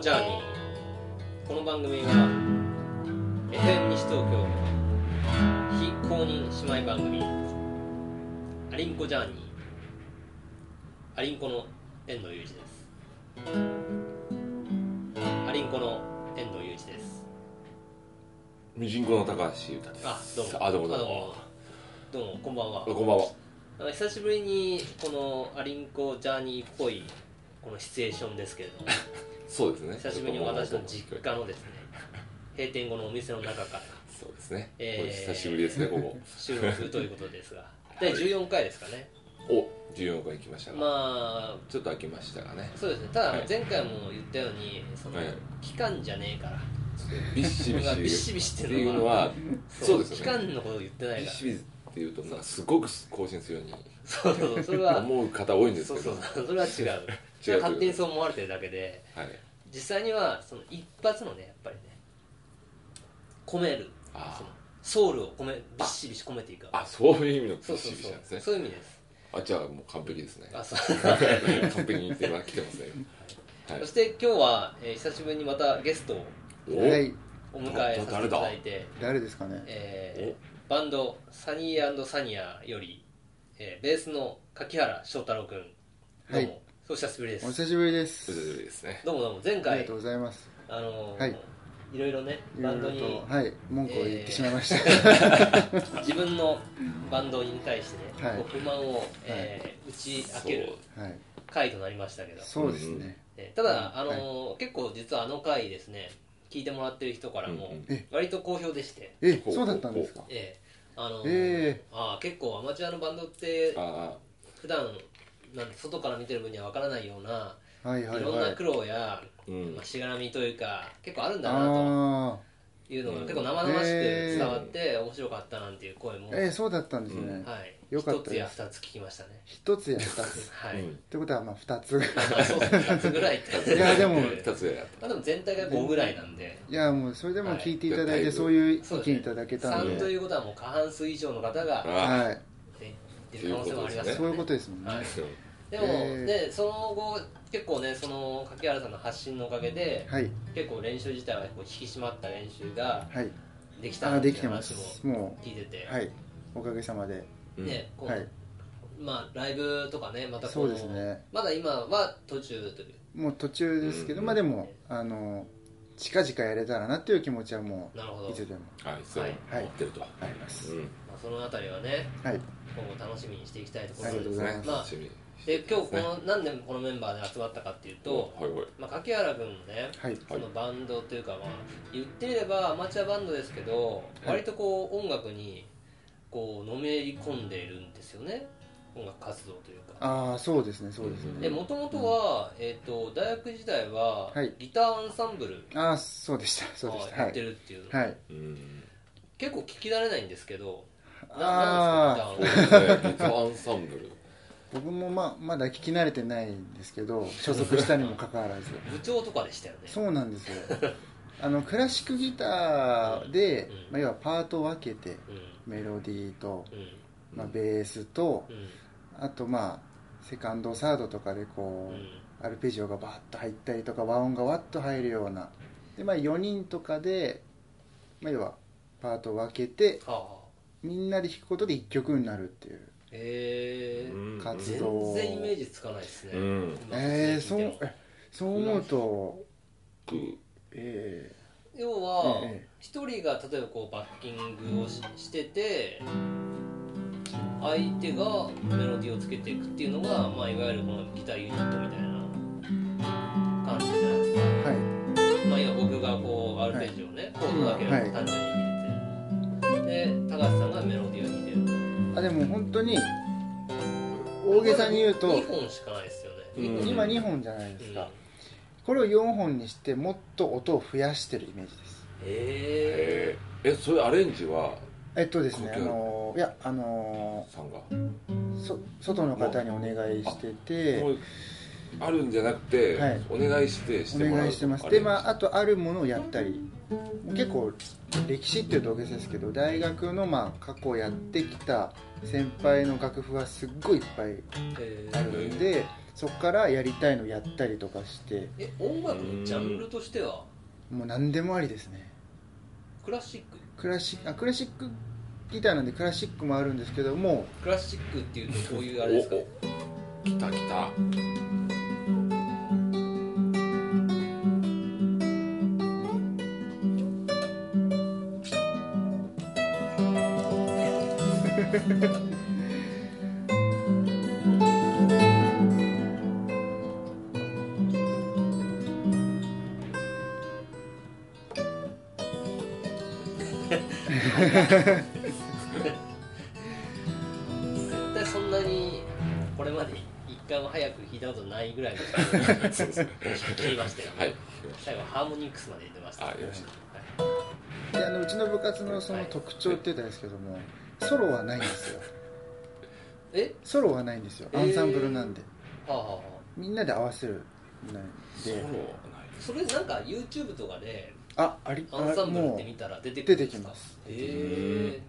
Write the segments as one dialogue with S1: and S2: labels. S1: ジャーニーこの番組は FM 西東京の非公認姉妹番組アリンコジャーニーアリンコの遠藤裕二ですアリンコの遠藤裕二です
S2: ミジンコの高橋優太です
S1: あどうもど
S2: あどうもどう
S1: う
S2: も
S1: もどうもこんばんは
S2: こんばんは
S1: あの久しぶりにこのアリンコジャーニーっぽいこのシチュエーションですけれども
S2: そうですね
S1: 久しぶりに私の実家のです ね閉店後のお店の中から
S2: そうですね、
S1: えー
S2: これ久しぶりです ねこ
S1: 収録ということですが第14回ですかね
S2: こお14回行きましたが、
S1: まあ
S2: ちょっと開きましたがね
S1: そうですねただあの
S2: はい
S1: 前回も言ったようにその
S2: はい
S1: 期間じゃねえから
S2: ビッシビ
S1: まあ
S2: シ
S1: ビシビシ
S2: っ
S1: っててい
S2: いう
S1: う
S2: の
S1: のは
S2: はそうです
S1: 期
S2: よね
S1: 間のこと言って
S2: ビ
S1: ない
S2: ッ
S1: から
S2: シビシっていうとなんかすごく更新するように
S1: そうそうそれは
S2: 思う方多いんです
S1: そう
S2: け
S1: そ
S2: ど
S1: うそうそれは違うそれは勝手にそう思われてるだけで
S2: はい
S1: 実際にはその一発のねやっぱりね込める
S2: あー
S1: そのソウルを込めビシビシ込めていく
S2: あそういう意味のビ
S1: そ
S2: ッ
S1: うそ
S2: シ
S1: う
S2: ビシなんです
S1: そ
S2: ね
S1: うそういう意味です
S2: あじゃあもう完璧ですね
S1: あそう
S2: 完璧に言っては来てますね はい
S1: そして今日は、えー久しぶりにまたゲストを
S2: お
S3: はい、
S1: お迎えさせていただいて、
S3: 誰ですかね。
S1: えーバンドサニーサニアより、えーベースの柿原翔太郎君どうも、
S3: はい
S1: お久しぶりで
S3: お
S1: す
S3: 久しぶりで
S2: お久
S3: す。
S2: しぶりですね
S1: どうもどうも前
S3: ありが
S1: 回
S3: とうございます。
S1: あのー
S3: はい
S1: い、ろいろね
S3: い
S1: バ
S3: ろ
S1: ン
S3: い
S1: ド
S3: ろ
S1: に
S3: と、はい、文句を言ってしまいました。
S1: 自分のバンドに対してね、
S3: はい
S1: こう不満を、えー打ち明ける
S3: はい、
S1: 回となりましたけど、
S3: そうですね。
S1: ねただ、あのー結構実はあの回ですね聞いてもらってる人からも
S2: うんうん
S3: え
S1: 割と好評でして、
S3: え、そうだったんですか。
S1: ええあの
S3: ええ
S1: ああ結構アマチュアのバンドって
S2: あ
S1: 普段なんて外から見てる分にはわからないような
S3: はいはいい
S1: ろんな
S3: はい
S1: 苦。労や、
S2: あうん
S1: まあ、しがらみというか結構あるんだな
S3: あ
S1: というのが
S2: うん
S1: 結構生々し
S3: え
S1: く
S3: え
S1: 伝わって面白かったなんていう声も、
S3: あ、え、そうだったんです
S2: う
S3: ね。
S1: はい、
S3: よか
S1: 一
S3: った
S1: つや
S3: です
S1: 二つ聞きました ね
S3: 一つ や二つ。
S1: はい、
S2: うん
S3: ってことはまあ二つ。
S1: まあそう2つぐらいって
S3: いや でも
S2: 二つやっ
S1: まあ、でも全体が5ぐらいなんで
S3: いやもうそれでも聞いていただい
S2: は
S3: て
S2: い
S3: そういう意
S1: そうですね
S3: 見いただけたん
S1: 3とい
S3: で、
S1: うことはもう過半数以上の方が、
S2: た
S1: ね、
S2: あ
S3: は
S1: 言ってる可能性もあります
S3: い、
S1: よね
S3: そういうことですもんね
S1: は。い
S2: ー
S1: でも、
S3: えー
S1: ねその後結構ねその柿原さんの発信のおかげで
S3: はい
S1: 結構練習自体はこう引き締まった練習が
S3: はい。
S1: できた
S3: あ、
S1: ってい
S3: で
S1: う
S3: きてま
S1: 話も
S3: す。も
S1: 聞いてて、
S3: うはい、おかげさまで。
S2: うん
S1: ねこう
S3: はい。
S1: まあライブとかねまたこ
S3: そううですね。
S1: まだ今は途中という
S3: もう途中ですけど、
S2: うん
S3: まあでもあの近々やれたらなっていう気持ちはも
S1: なるほ
S3: う
S1: ど、
S3: いつでも
S2: はいそう
S1: はい
S2: 持ってると
S3: あります、
S2: うん
S1: まあ、そのあたりはね
S3: はい
S1: 今後楽しみにしていきたいとこ
S3: あり
S1: ろ
S3: がとう
S1: で
S3: ご
S1: す
S3: ざい
S1: ね
S3: ます
S1: まあ
S2: 楽しみに
S1: で今日この何でこのメンバーで集まったかっていうと、
S2: はいはい
S1: まあ、柿原君もね
S3: はい
S1: そのバンドというか、まあ、言ってみればアマチュアバンドですけど、
S3: はい
S1: 割とこう音楽にこうのめり込んでいるんですよね音楽活動というか
S3: ああそうですねそうです
S2: うん
S3: ね
S1: でもともとは、えー、と大学時代は
S3: はい
S1: ギターアンサンブル
S3: ああそうでしたそうで
S1: を
S3: したは
S1: やって
S3: い
S1: るっていう、
S3: はい
S2: うん
S1: 結構聞き慣れないんですけどな
S3: ああ
S1: なん
S2: そう
S1: です
S2: で
S1: か
S2: すねギターアンサンブル
S3: 僕もまあまだ聞き慣れてないんですけど所属したにもかかわら ず
S1: ギターを部長とかでしたよね
S3: そうなんで すよあのクラシックギターで
S1: うん、
S3: まあ、要はパートを分けて
S1: うん
S3: メロディーと、
S1: うん
S3: まあ、ベースと
S1: うん
S3: あとまあセカンドサードとかで
S1: う
S3: こう、
S1: ん
S3: アルペジオがバーッと入ったりとか和音がワッと入るようなで、まあ、4人とかで、まあ、要はパートを分けて
S1: はあ
S3: みんなで弾くことで1曲になるっていう
S1: えー
S2: うん
S3: 活動
S1: 全然イメージつかないですね、
S2: うん
S1: 今
S3: えー、
S1: 説
S3: そう
S1: 明聞いても
S3: えそう思うと
S2: うん
S3: え
S1: 要は
S3: ええ
S1: 一人が例えばこうバッキングをししてて相手がメロディーをつけていくっていうのが、まあ、いわゆるこのギターユニットみたいな感じじゃないですか
S3: え、はい
S1: まあ、今僕がこうアルペジオをね、コードだけを
S3: はい
S1: 単純に入れて、で高橋さんがメロディーを弾いてる
S3: あでも本当に大げさに言うと
S1: 2本しかないですよね、
S2: うん
S1: 二本
S3: 今2本じゃないです
S1: うん
S3: かこれを4本にしてもっと音を増やしてるイメージです
S1: へえ
S2: えーえそれアレンジは
S3: えっとですねあ
S2: 関係ある
S3: のいやあの
S2: さんが
S3: そ外の方にお願いしてて
S2: もうあるんじゃなくて
S3: はい
S2: お願いしてし
S3: お
S2: てもらう
S3: 願いしてますでまああとあるものをやったり結構歴史っていうと大げさですけど大学のまあ過去やってきた先輩の楽譜はすっごいいっぱいあるんでそこからやりたいのやったりとかして
S1: え音楽のジャンルとしては
S3: もう何でもありですね
S1: クラシック
S3: クラシックあクラシックギターなんでクラシックもあるんですけども
S1: クラシックっていうとこういうあれですか
S2: お来た来た
S1: 絶対そんなにこれまで一回も早く弾いたことないぐらいの
S2: そうですね
S1: 弾きましたよ、
S2: はい
S1: 最後ハーモニックスまで出ました
S2: あよろしく
S3: であのうちの部活のその特徴って言ったんですけどもソロはないんですよ
S1: え
S3: ソロはないんですよアンサンブルなんで、
S1: はあ、はあはあ、
S3: みんなで合わせるん
S2: ソロ
S3: で
S2: ない
S1: それなんか YouTube とかで
S3: ああり
S1: アンサ
S3: あ
S1: ンブルっ
S3: も
S1: て
S3: う
S1: 見たら出てくるんですか
S3: 出てきます
S1: へえ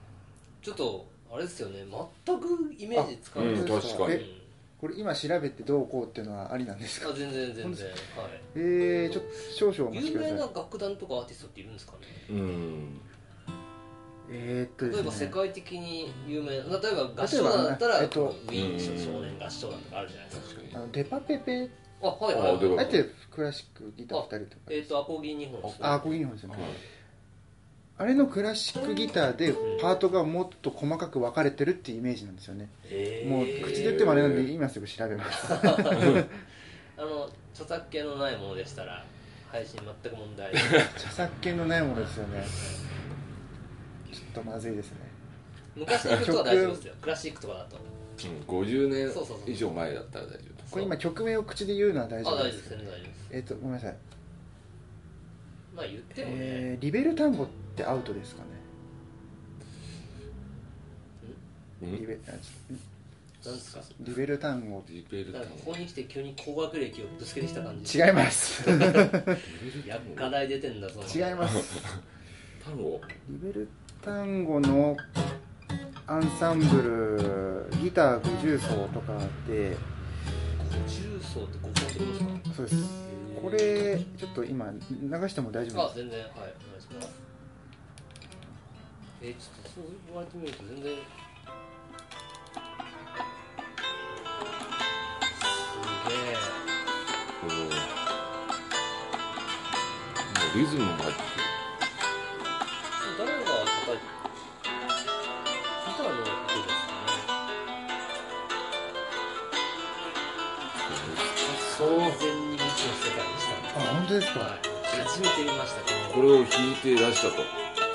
S1: ちょっとあれですよね全くイメージつかない
S2: うん
S1: です
S3: 本当です
S2: 確かに
S3: えこれ今調べてどうこうっていうのはありなんです
S1: うんあ
S3: か
S1: 全然全然は
S3: えー、ちょっと少々お
S1: い
S3: 待ち
S1: 有
S3: くだ
S1: 名な
S3: さい
S1: 楽団とかアーティストっているんですかね
S2: うん
S3: えー、っと
S1: 例え
S3: で
S1: ば
S3: す
S1: 世
S3: ね
S1: 界的に有名な例えば合唱団だったら、
S3: 例えばえっと
S1: ウィーン少年合唱団とかあるじゃないですか
S2: 確かに
S3: あのデパペペ
S1: あはいはい
S2: あでも
S3: あえてクラシックギター2人とか
S1: えっ、とアコギ2本ですね
S3: あこういうのですよね
S2: はい
S3: あれのクラシックギターで
S1: うん
S3: パートがもっと細かく分かれてるっていうイメージなんですよね
S1: へー
S3: もう口で言ってもあれなんで今すぐ調べます
S1: あの著作権のないものでしたら配信全く問題 ない
S3: 著作権のないものですよねちょっとまずいですね
S1: 昔の人は大丈夫ですよクラシックとかだと
S2: うん50年
S1: そうそうそう
S2: 以上前だったら大丈夫です
S3: これ今曲名を口で言うのは
S1: あ
S3: 大
S1: 大
S3: 丈
S1: 丈
S3: 夫
S1: 夫
S3: で
S1: ですす全然大丈夫です
S3: えっ、とごめんなさい、
S1: まあ言ってもね、
S3: えーリベル単語ってアウトですかね
S2: う
S3: リ
S2: ん
S3: ベあちょ
S1: なんですか
S3: リベル単語
S2: リベル
S1: な
S2: タ
S1: ん
S2: ン
S1: かここに来て急に高学歴をぶつけてきた感じ
S3: 違います
S1: 薬科大出てんだぞ
S3: 違います
S2: タロ
S3: リベル単語のアンサンブルギター50奏とかで
S1: 重曹って五本ってことですか
S3: そうですこれちょっと今流しても大丈夫
S1: あ
S3: です
S1: 全然はいお願いしますえー、ちょっとそう言われてみると全然すげえ
S2: このもうリズムが入って
S1: 誰が叩いてギターの音ですか
S2: そう
S1: ね完全に未知の世界でしたね
S3: あ本当ですか、
S1: はい初めて見ました
S2: これを弾いて出したと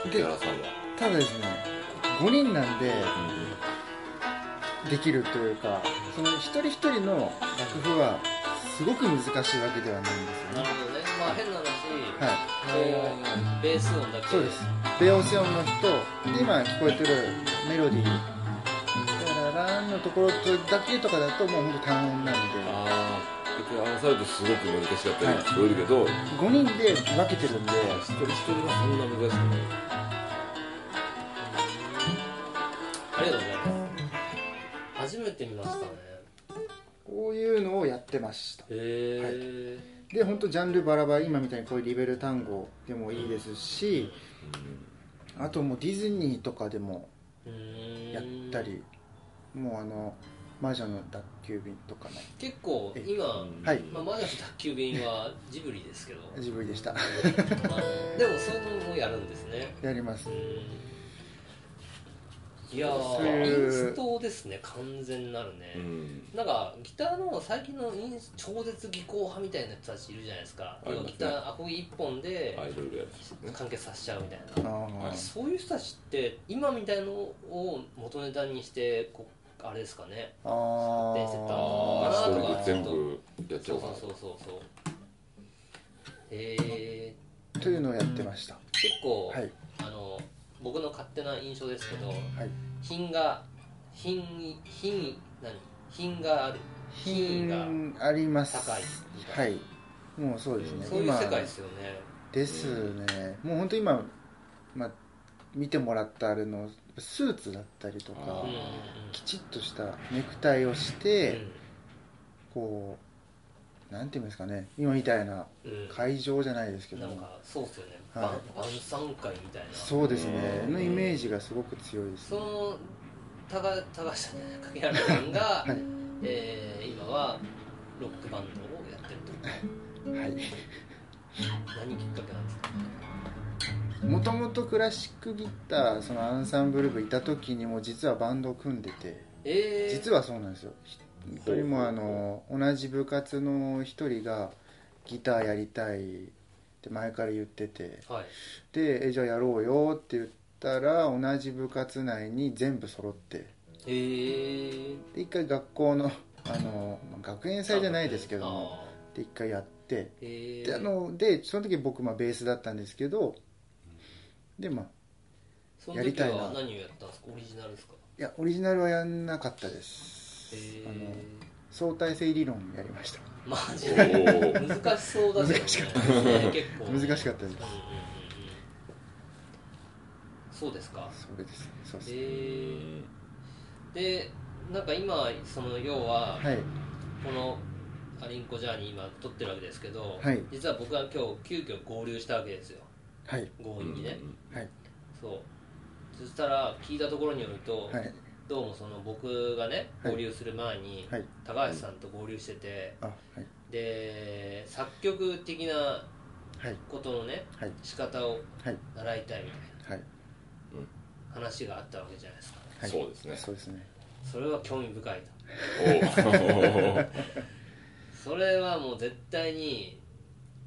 S2: 竹原さんは
S3: ただですね5人なんでできるというかその一人一人の楽譜はすごく難しいわけではないんですよ
S1: な
S3: ね
S1: るほどねまあ変な話
S3: はい
S1: こうベース音だけ
S3: そうですベオセオンの人で今聞こえてるメロディーララランのところとだけとかだともう本当単音なんで
S2: ああこれ合わさるとすごく難しかったように聞こえるけど、
S3: 5人で分けてるんで
S2: 一人一人がそんな難しくない
S1: ありがとうございます初めて見ましたね
S3: こういうのをやってました
S1: へえ
S3: で本当ジャンルバラバラ今みたいにこういうリベル単語でもいいですしあともうディズニーとかでもやったりもうあの魔女の宅急便とかね
S1: 結構今、
S3: はい
S1: まあ、まだ宅急便はジブリですけど、ま
S3: ジブリでした
S1: あでもそういうのもやるんですね
S3: やります
S1: うんいや
S3: そういう
S1: ーインストですね完全なるね、
S2: うん
S1: なんかギターの最近のインス超絶技巧派みたいな人たちいるじゃないですか
S2: ありますね
S1: ギターアコギ一本で
S2: アイドルやるしね
S1: 完結させちゃうみたいな、
S3: ああ
S1: そういう人たちって今みたいのを元ネタにしてこうあれですかね
S3: ああ
S1: 電線と
S2: あ
S1: あ
S2: あ
S1: ー
S2: 一人で全部やっちゃ
S1: そうう
S2: か
S1: そうそ
S2: な
S1: うそうそうえ
S3: というのをやってました
S1: ー、結構、
S3: はい
S1: あの僕の勝手な印象ですけど
S3: はい
S1: 品が品位品位何品がある品位が
S3: 品あります
S1: 高い
S3: はいもうそうですね
S1: そういう世界ですよね
S3: 今ですねもう本当今まあ見てもらったあれのスーツだったりと
S2: あ
S3: か
S1: うんうん
S3: きちっとしたネクタイをしてこうなんていうんですかね今みたいな
S1: うん
S3: 会場じゃないですけど
S1: なん
S3: も
S1: かそうっすよね、
S3: は
S1: 晩
S3: い
S1: 晩餐会みたいなそ
S3: そうですね
S2: うん
S3: のイメージがすごく強いですね
S1: の高高橋さんじゃない影原さんが、
S3: はい
S1: えー今はロックバンドをやってると
S3: はい
S1: 何きっかけなんですか
S3: もともとクラシックギターそのアンサンブル部いた時にも実はバンドを組んでて
S1: えー、
S3: 実はそうなんですよ一人もあの同じ部活の一人がギターやりたいって前から言ってて
S1: はい
S3: でえじゃあやろうよって言ったら同じ部活内に全部揃って
S1: えー、
S3: で一回学校の あのまあ学園祭じゃないですけども
S1: あ
S3: で一回やって
S1: ーえー、
S3: であのでその時僕まあベースだったんですけどでまあ
S1: そ
S3: や
S1: の
S3: り
S1: 時
S3: たいな
S1: は何をやったんですかオリジナルですか
S3: いやオリジナルはやんなかったです、
S1: えー
S3: あの相対性理論やりました
S1: マジで
S2: おー
S1: 難しそうだけどね
S3: 難しかっ
S1: ね結構
S3: 難しかったです
S1: うんうんうんうんそうですか
S3: それですそうです
S2: う
S1: え
S2: ん
S1: ー、でなんか今その要は
S3: はい
S1: このアリンコジャーニー今撮ってるわけですけど、
S3: はい
S1: 実は僕は今日急遽合流したわけですよ
S3: はい
S1: 強引にね、
S3: はい
S1: そうそしたら聞いたところによると、
S3: はい
S1: どうもその僕がね
S3: はい
S1: 合流する前に、
S3: はい
S1: 高橋さんと合流してて
S3: あはい
S1: で作曲的な
S3: はい
S1: ことのね
S3: はい
S1: 仕方を
S3: はい
S1: 習いたいみたい
S3: はい
S1: な話があったわけじゃないですか
S3: はい
S2: そうですね
S3: そうですね
S1: それは興味深いと
S2: お ー
S1: それはもう絶対に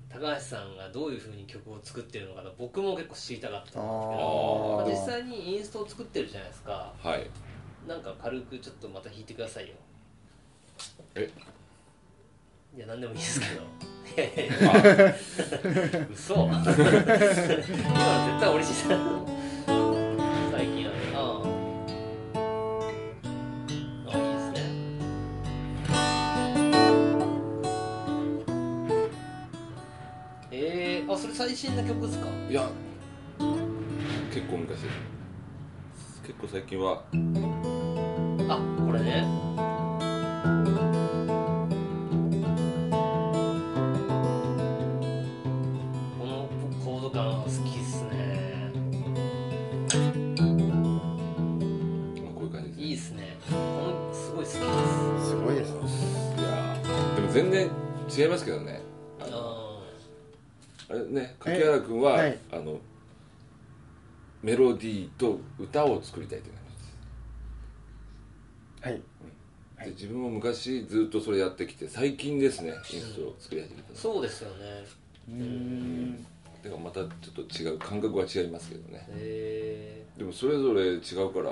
S1: 高橋さんがどういうふうに曲を作ってるのかな僕も結構知りたかったん
S2: あ
S1: です
S3: ー
S1: けどまあ実際にインストを作ってるじゃないですか
S2: はい
S1: なんか軽くちょっとまた弾いてくださいよ
S2: え
S1: いや何でもいいですけどいやいやいや
S2: あ
S1: 嘘今の絶対俺じゃん最近あれああいいですねえー、あそれ最新の曲ですか
S2: いや結構昔結構最近は
S1: あこれねこのコード感は好きっすね
S2: まあこういう感じ
S1: いい
S2: ですね
S1: っすねこのすごい好きです
S3: すごいです
S2: いやーでも全然違いますけどねあの
S1: あ
S2: あれね柿原君は、
S3: はい
S2: あのメロディーと歌を作りたいって感じです
S3: はいはい
S2: で自分も昔ずっとそれやってきて最近ですねインストを作り始めた
S1: ー
S2: の
S1: そうですよね
S3: うーん
S2: だからまたちょっと違う感覚は違いますけどね
S1: え
S2: でもそれぞれ違うから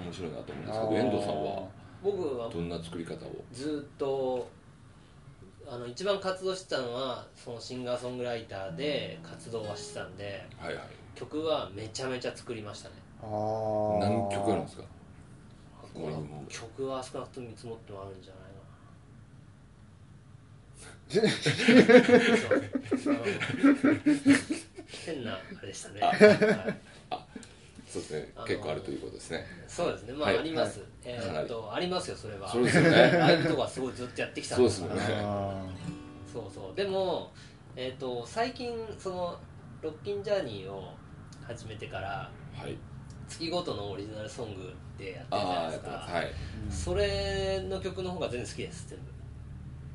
S2: 面白いなと思うんですけ
S3: あ
S2: ど
S3: ー
S2: 遠藤さんは
S1: ー、僕は
S2: どんな作り方を
S1: ずっとあの一番活動してたのはそのシンガーソングライターで活動はしてたんで
S2: はいはい
S1: 曲はめちゃめちゃ作りましたね
S3: あー
S2: 何曲あるんですか
S1: この曲は少なくとも見積もってもあるんじゃないかなそう 変なあれでしたね、はい
S2: そうですね
S1: あのー
S2: 結構あるということですね
S1: そうですねまあ、
S2: はい
S1: あります、え
S2: かな
S1: ー
S2: り
S1: っとありますよそれは
S2: そうですよね
S1: ああいうとこはすごいずっとやってきたんです
S2: そうですもんね
S3: あ
S1: そうそうでも、えー、と最近そのロッキンジャーニーを始めてから
S2: はい
S1: 月ごとのオリジナルソングでやってるじゃない
S2: ああ
S1: で
S2: や
S1: す
S2: って
S1: か
S2: ますはい
S3: ー
S1: それの曲の方が全然好きです全部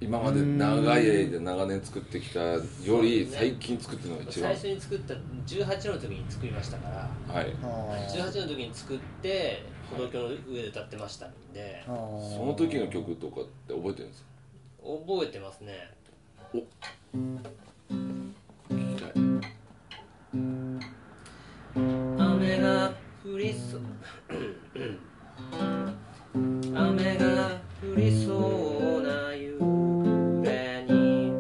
S2: 今まで長い間長年作ってきたより
S1: そう
S2: 最近作ってるのが一番
S1: 最初に作った18の時に作りましたから
S2: はい
S3: うんあー
S1: 18の時に作って歩道橋の上で歌ってましたんで
S3: あー
S2: その時の曲とかって覚えてるんですか
S1: 覚えてますね
S2: 聞きたい
S1: 雨が降りそう雨が降りそうな夕暮れに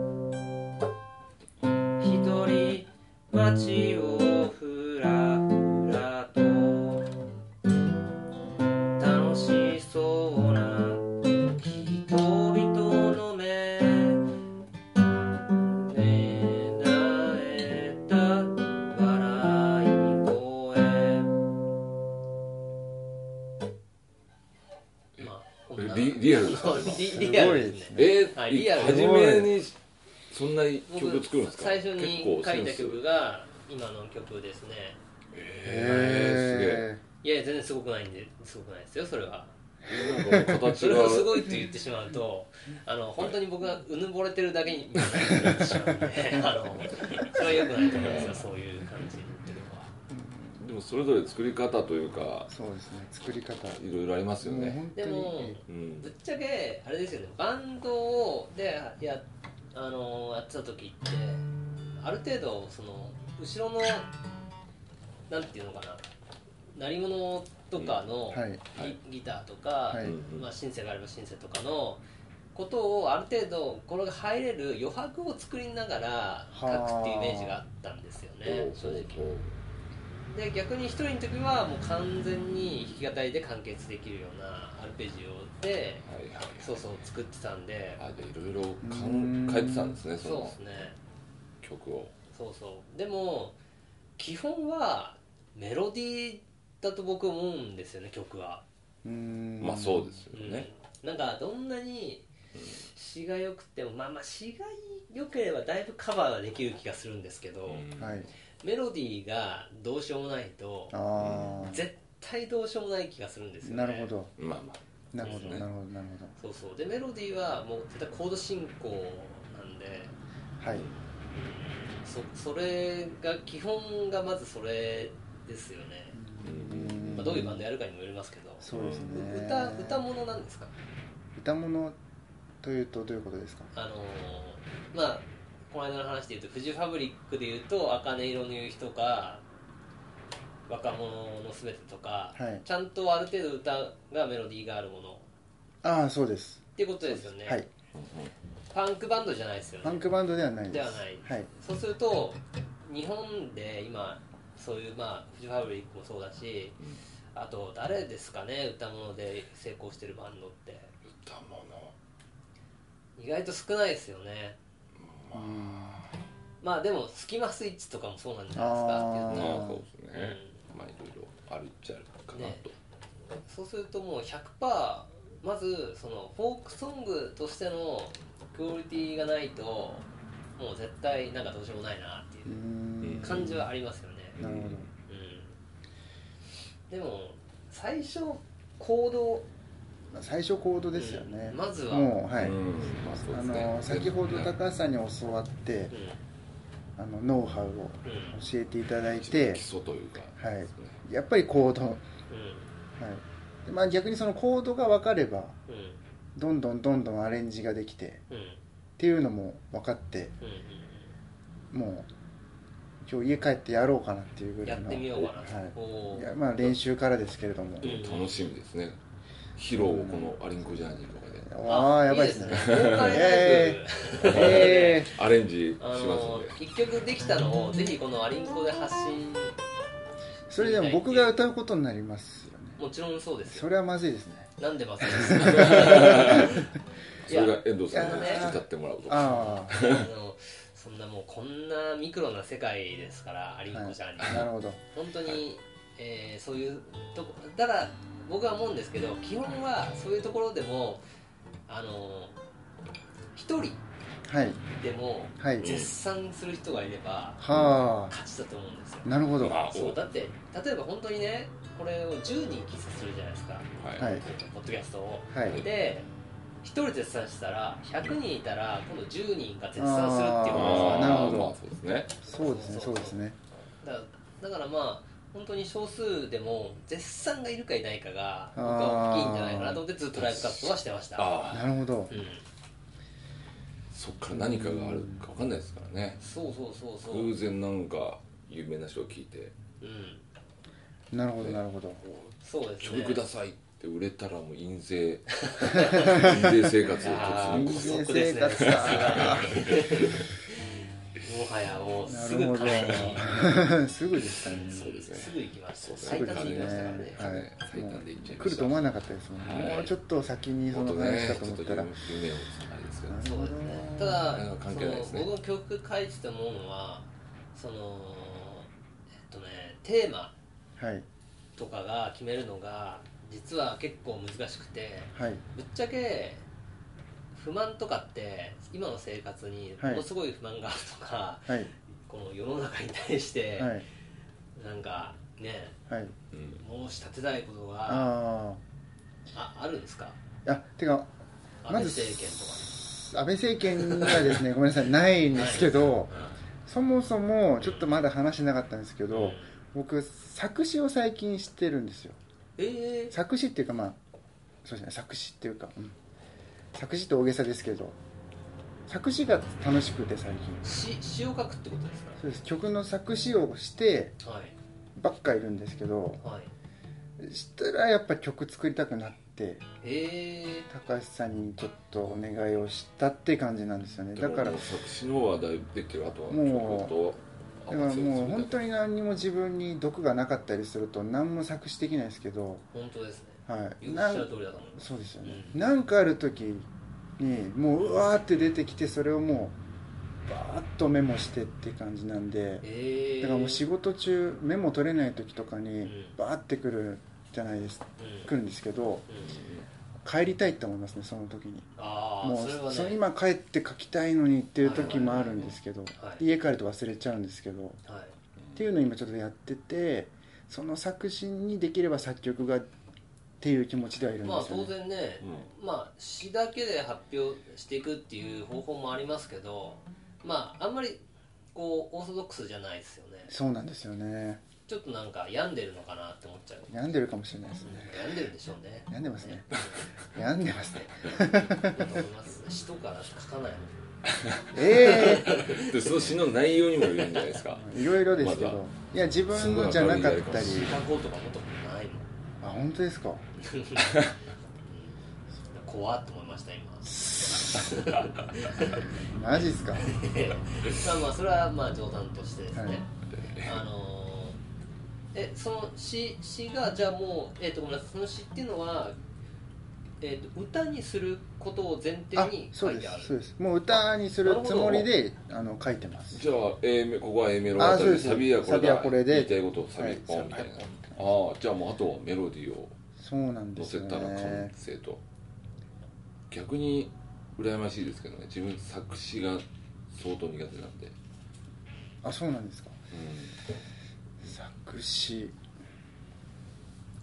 S1: 一人街をふらふらと楽しそうな人々の目えなえた笑い声まあこんな
S2: リリリアルな
S1: そうリリアルですね
S2: えー
S1: はいリアル
S2: 初めにそんな曲作るんで
S1: 僕
S2: すか
S1: 最初に書
S2: セ
S1: い
S2: ン
S1: た
S2: ス
S1: 曲が今の曲ですね
S2: え
S1: いやいや全然すごくないんですごくないですよそれは
S2: ー、すげえなんかもう
S1: そ
S2: 形
S1: れ
S2: が
S1: をすごいって言ってしまうとあの本当に僕がうぬぼれてるだけになってしまうんであのそれは良くないと思いますよそういう感じっていうのは
S2: でもそれぞれ作り方というか
S3: そうですね作り方
S2: いろいろありますよ
S3: もう
S2: ね、
S3: 本当
S1: でも
S3: に
S2: うん
S1: ぶっちゃけあれですよねバンドをでやあのやってた時ってある程度その後ろのなんていうのかな鳴り物とかの、
S3: はいはい
S1: ギ
S2: はい
S1: ギターとか、
S3: はい
S2: うん
S1: まあ、シンセがあればシンセとかのことをある程度これが入れる余白を作りながら書くっていうイメージがあったんですよね正直で逆に一人の時はもう完全に弾き語りで完結できるようなアルペジオで
S2: はいはい
S1: そうそう作ってたんで
S2: あでいろいろ
S3: う
S2: 考
S3: ん
S2: えてたんですねそ
S1: そうで
S2: の
S1: すね
S2: 曲を
S1: そうそうでも基本はメロディーだと僕思うんですよね曲は
S3: うーん
S2: まあそうですよね、
S1: うん、なんかどんなに詩が良くてもまあまあ詩が良ければだいぶカバーはできる気がするんですけど、
S3: はい
S1: メロディーがどうしようもないと
S3: あ
S1: 絶対どうしようもない気がするんですよ
S3: あ
S1: ね
S3: なるほど
S2: まあまあ
S3: なるほど
S2: そうですね
S3: なるほどなる
S1: そうそうでメロディーはもう絶対コード進行なんで
S3: ほどはい
S1: そそれが基本がまずそれですよね、
S3: うん
S1: まあ、どういうバンドやるかにもよりますけど、
S3: そうですね
S1: 歌歌物なんですか
S3: 歌物というとどういうことですか
S1: あのーまあこの間の話で言うとフジファブリックで言うと「茜色の夕日」とか「若者のすべて」とか、
S3: はい
S1: ちゃんとある程度歌がメロディーがあるもの
S3: ああそうです
S1: っていうことですよね
S3: はい
S1: パンクバンドじゃないですよ
S3: パン
S1: ね
S3: クバンドではないです
S1: ではない
S3: はい
S1: そうすると日本で今そういうまあフジファブリックもそうだしあと誰ですかね歌物で成功してるバンドって
S2: 歌物
S1: 意外と少ないですよねまあでも「スキマスイッチ」とかもそうなんじゃないですか
S3: あー
S2: まあそうですね
S1: うん、
S2: まあいろいろあるっちゃあるかなと、
S1: そうするともう100%まずそのフォークソングとしてのクオリティがないともう絶対なんかどうしようもないなって
S3: うー
S1: い
S3: ん
S1: う感じはありますよね、
S3: なるほど
S1: うん、でも最初行動
S3: まあ最初コードですよね
S1: うんまずは
S3: もうはい
S2: うんまあそう
S3: あ
S2: ですね
S3: の先ほど
S2: ね
S3: 高橋さんに教わって
S1: うん
S3: あのノウハウを
S1: うん
S3: 教えていただい
S2: 基礎
S3: て
S2: 基礎というか
S3: はい
S2: ですね
S3: やっぱりコードはい
S1: うん
S3: でまあ逆にそのコードが分かれば
S1: うん
S3: どんどんどんどんアレンジができて
S1: うん
S3: っていうのも分かって
S1: うんうん
S3: もう今日家帰ってやろうかなっていう
S1: う
S3: ぐ
S1: ん
S3: ら
S1: や
S3: い
S1: っ
S3: の
S1: てみようかな
S3: はい
S1: おー
S3: いやまあ練習からですけれども、
S1: うん
S2: 楽しみですね披露をこのアリンコジャーニーとかで
S3: ああやばいですね
S1: ボーカルライブ
S3: ええ
S2: アレンジし
S1: あ
S2: ます
S1: の
S2: んで
S1: 一曲できたのをぜひこのアリンコで発信
S3: ーそれでも僕が歌うことになりますよね
S1: もちろんそうですよ
S3: それはまずいですね
S1: なんでまずい ですかい
S2: そ
S1: や
S2: れが遠藤さんに
S1: いや
S2: 歌ってもらうとか
S3: あ
S1: あのそんなもうこんなミクロな世界ですからアリンコちゃんに、
S3: あなるほど
S1: 本当に、えーそういうとこただ僕は思うんですけど基本はそういうところでもあの一人
S3: はい
S1: でも
S3: はい
S1: 絶賛する人がいれば
S3: は
S1: 勝ちだと思うんですよ
S3: あなるほど
S2: まあ
S1: そうだって例えば本当にねこれを10人喫茶するじゃないですか
S2: は
S3: はいい
S1: ポッドキャストを
S3: はい
S1: で1人絶賛したら100人いたら今度10人が絶賛するっていうこと
S3: あー
S1: です
S3: なる
S1: か
S3: ほど
S2: まあそうですね
S3: そうですねそうですね
S1: らだだからまあ本当に少数でも絶賛がいるかいないかが
S3: あー
S1: 僕は大きいんじゃないかなと思ってずっとライブ活動はしてました
S2: ああ
S3: なるほど
S1: うん
S2: そっから何かがあるかわかんないですからね
S1: そうそうそうそうう
S2: 偶
S1: ん
S2: 然なんか有名な人を聞いて
S3: なるほどなるほど
S1: そうですね
S2: 曲くださいって売れたらもう印 税印税生活を
S1: あー
S2: 突入
S1: こ
S3: 印税
S1: そこですねさ
S3: 生
S1: す
S3: 活
S1: が
S3: だ
S1: にもはやもうすぐ金に
S3: なる すぐでしたね
S1: そうですねすぐ行きました
S2: そう
S1: 最
S2: ですね
S1: 短で行きましたからね
S2: は
S3: はいい
S2: 最短で行っちゃいました
S3: 来ると思わなかったですもんね、
S2: はい
S3: もうちょっと先にそ
S2: 本当
S3: の話
S2: ね
S3: だと思っ
S2: ちょった
S3: ら、
S2: と夢をつないですけど
S3: なる
S1: そ
S3: ほ
S1: う
S3: ど
S1: ですね
S3: ね
S1: ただ
S2: あれは関係ないですね
S1: その僕の曲書いてて思うのはそのえっとねテーマ
S3: はい
S1: とかが決めるのが実は結構難しくて
S3: はい
S1: ぶっちゃけ不満とかって今の生活に
S3: はい
S1: ものすごい不満があるとか、
S3: はい
S1: この世の中に対して、
S3: はい
S1: なんかね
S3: はい
S2: うん
S1: 申し立てたいことがあ
S3: あ
S1: あるんですか
S3: あいやてか
S1: 安
S3: ま
S1: 倍
S3: ず
S1: 政権とか
S3: 安倍政権がですね ごめんなさいないんですけどそもそもちょっとまだ話してなかったんですけ
S1: うん
S3: ど僕作詞を最近してるんですよ
S1: えー
S3: 作詞っていうかまあそうですね作詞っていうか、うん作詞って大げさですけど作詞が楽しくて最近
S1: 詩詩を書くってことです
S3: そうです曲の作詞をして
S1: かはい
S3: ばっかいるんですけど
S1: はい
S3: したらやっぱ曲作りたくなって
S1: え
S3: 高橋さんにちょっとお願いをしたって感じなんですよねだから
S2: でももう作詞の方はだいぶできてるあとは
S3: もう
S2: 曲と
S3: だからもう本当に何にも自分に毒がなかったりすると何も作詞できないですけど、
S1: ー、本当ですね
S3: はい、
S1: 言うお
S3: な
S1: っ
S3: ん
S1: しゃる通りだと思います
S3: そうですよね、
S1: うん
S3: なんかある時にもううわーって出てきてそれをもうバーッとメモしてって感じなんで
S1: ええ
S3: だからもう仕事中メモ取れない時とか
S1: う
S3: に
S1: ん
S3: バーってくるじゃないです
S1: うんうん
S3: 来るんですけど帰りたいって思いますねその時に
S1: ああ
S3: も
S1: それは
S3: う
S1: ね
S3: その今帰って書きたいのにっていう時もあるんですけど
S1: はい
S3: で家帰ると忘れちゃうんですけど
S1: はい
S3: っていうのを今ちょっとやっててその作詞にできれば作曲がっていう気持ちではいるん
S1: ま
S3: で
S1: あ
S3: すよ
S1: 当
S3: ね、
S1: 然ね、まあ詩だけで発表していくっていう方法もありますけどまああんまりこうオーソドックスじゃないですよね
S3: そうなんですよね
S1: ちょっとなんか病んでるのかなって思っちゃう
S3: 病んでるかもしれないですね
S1: 病んでるんでしょうね
S3: 病んでます ね病ん でますね
S1: だと思います詩とかなんて書かない
S3: え
S2: でその詩の内容にもよるんじゃないですか
S3: えいろいろですけど、
S2: まだ
S3: いや自分のじゃなかったり
S2: す
S1: の詩書こうとか思ったことないもん
S3: あ本当ですか
S1: 怖って思いました今
S3: マジですか
S1: まあまあそれはまあ冗談としてですね、
S3: はい
S1: あのーえその詩詩がじゃあもうえっ、とごめんなさいその詩っていうのは、えー、と歌にすることを前
S3: あ
S1: 提に
S3: そ
S1: 書
S3: う
S1: い
S3: で
S1: て
S3: す
S1: ある
S3: そうですもう歌にするつもりであの書いてます
S2: じゃあ A メここは A メロ
S3: あ
S2: あた
S3: そう
S2: り
S3: です
S2: サビはこれ
S3: サビ
S2: だ
S3: はこれで
S2: 言いたいことをサビ
S3: はい
S2: 1本みたいな、
S3: サビ一
S2: ああじゃあもうあとはメロディーを
S3: そうなんで
S2: 載
S3: す
S2: せ
S3: よ
S2: たら完
S3: ね
S2: 成と、逆に羨ましいですけどね自分作詞が相当苦手なんで、
S3: あそうなんですか作詞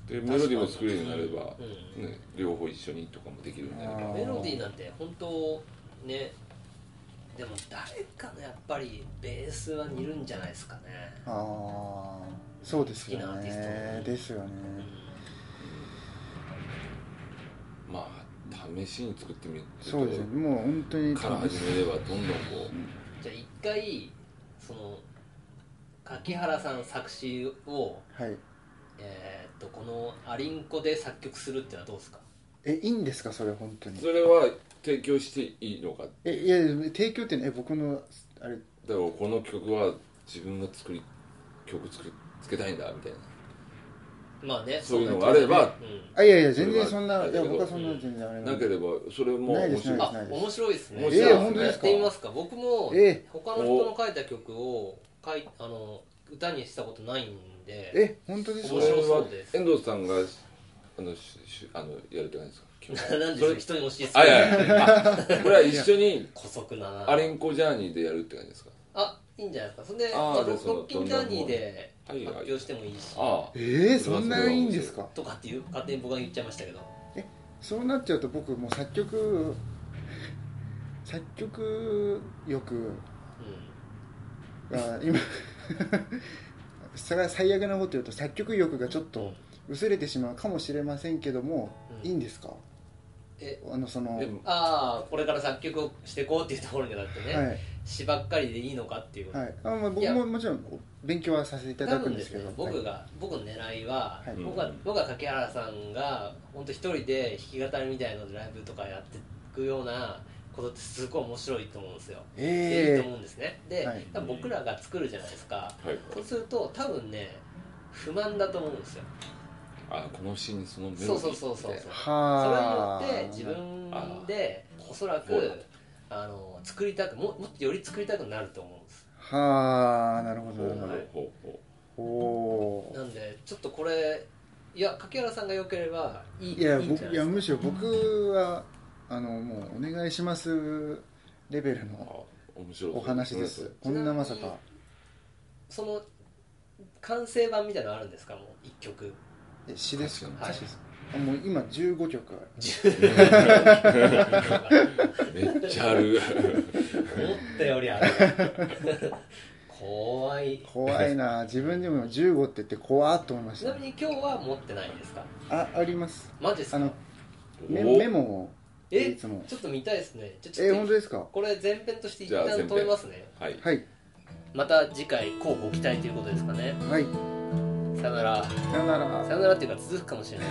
S2: でメロディーも作れるようになれば、
S1: う
S2: ね、両方一緒にとかもできるようになれば
S3: あー
S1: メロディーなんて本当ねでも誰かのやっぱりベースは似るんじゃないですかね、
S3: ああそうですよ
S1: 好きなアーティス
S3: ね
S1: ト
S3: ですよね
S1: う
S2: まあ試しに作ってみると
S3: そうですねもう本当に
S2: から始めればどんどんこ
S1: んじゃあ一回その柿原さん作詞を
S3: はい
S1: えーっとこのアリンコで作曲するってのはどうですか
S3: えいいんですかそれ本当
S2: う
S3: に
S2: それは提供していいのか
S3: えいや提供ってねえ僕のあれ
S2: だからこの曲は自分が作り曲作りつけたいんだみたいな
S1: まあね
S2: そういうのがあれば
S1: う
S3: あいやいや全然そんな
S2: そ
S3: い
S2: れ
S3: や
S2: は
S3: 僕はそんな全然あれ
S2: なければそれも
S3: ない
S2: 面
S3: です
S2: 白い
S1: ん、
S3: ない
S1: あ面白いですね
S2: 面白いですね
S1: えー本当ですかやってみますか僕も
S3: え
S1: 他の人の書いた曲を書いあの歌にしたことないんで
S3: え本当です
S2: そ
S3: か
S1: 面白
S2: れ
S1: そう
S2: は
S1: です
S2: 遠藤さんがあのししあのやるじゃないですか
S1: なんでそれ人に教えて
S2: あい
S1: た
S2: やいやあこれは一緒に
S1: 古速だな
S2: アレンコジャーニーでやるって感じですか
S1: あいいんじゃないですかそれで
S2: あー
S1: ロ
S2: でその
S1: ッキンジャーニーで
S2: ど
S1: 発
S2: んなもん
S1: 表してもいいし
S2: ああ
S3: えー、そんないいんですか
S1: とかっていう勝手に僕が言っちゃいましたけど
S3: そうなっちゃうと僕もう作曲作曲欲
S1: う
S3: が今 それは最悪なこと言うと作曲欲がちょっと薄れてしまうかもしれませんけども、
S1: うん
S3: いいんですか
S1: え
S3: あのその
S2: でも
S1: んああこれから作曲をしていこうっていうところになってね、
S3: はい
S1: 詩ばっかりでいいのかっていうこと
S3: はいあまあ
S1: い
S3: 僕
S1: や
S3: ももちろん勉強はさせていただ
S1: 多
S3: く
S1: 分
S3: ん
S1: で
S3: ですすけ
S1: ね
S3: ど、
S1: 僕
S3: は
S1: が、僕の狙いは、
S3: はい
S1: 僕は僕は柿原さんが本当一人で弾き語りみたいなのでライブとかやっていくようなことってすごい面白いと思うんですよ、
S3: い、
S1: いい
S3: え
S1: と思うんですねで、
S3: はい
S1: 多分僕らが作るじゃないですか
S2: はい
S1: そうすると多分ね不満だと思うんですよ
S2: あこのシーンにそのメロディー
S1: そうそうそうそう
S2: みたい
S3: え
S2: な
S3: は
S1: そ
S3: あ
S1: れによって自分でおそら
S2: あーそうだ
S1: くあの作りたくももっとより作りたくなると思うんです
S3: はあなるほ
S2: ほ
S3: ど
S2: う
S3: なる
S2: ほ
S3: ほ
S2: うほうほう
S3: どお
S1: な
S3: お
S1: んでちょっとこれいや柿原さんが良ければいい
S3: いや
S1: いいんじゃ
S3: 僕
S1: ない
S3: いや
S1: ですか
S3: むしろ僕はあのもうお願いしますレベルの
S2: 面白い
S3: お話ですこんなまさか
S1: その完成版みたいなのあるんですかもう一曲
S3: え詩ですよ
S2: 確
S1: かに
S3: 歌詞ですあもう今15曲ある
S2: めっちゃある
S1: 思ったよりある 怖い
S3: 怖いな自分でも15って言って怖っと思いまし
S1: ちな
S3: た
S1: みに今日は持ってないんですか
S3: ああります
S1: マジです
S3: あ
S1: か
S3: の メ
S2: お
S3: メモを
S1: え
S3: いつも
S1: ちょっと見たいですねじゃあちょっ
S3: え
S1: と
S3: 本当ですか
S1: これ前編として一
S2: じゃあ前
S1: 旦止
S2: 編
S1: めますね
S2: はい
S3: はい
S1: また次回こうご期待ということですかね
S3: はい
S1: さよなら
S3: さよなら
S1: さよならっていうか続くかもしれない